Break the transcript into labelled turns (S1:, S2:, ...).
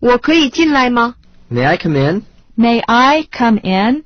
S1: 我可以进来吗
S2: ？May I come in?
S3: May I come in?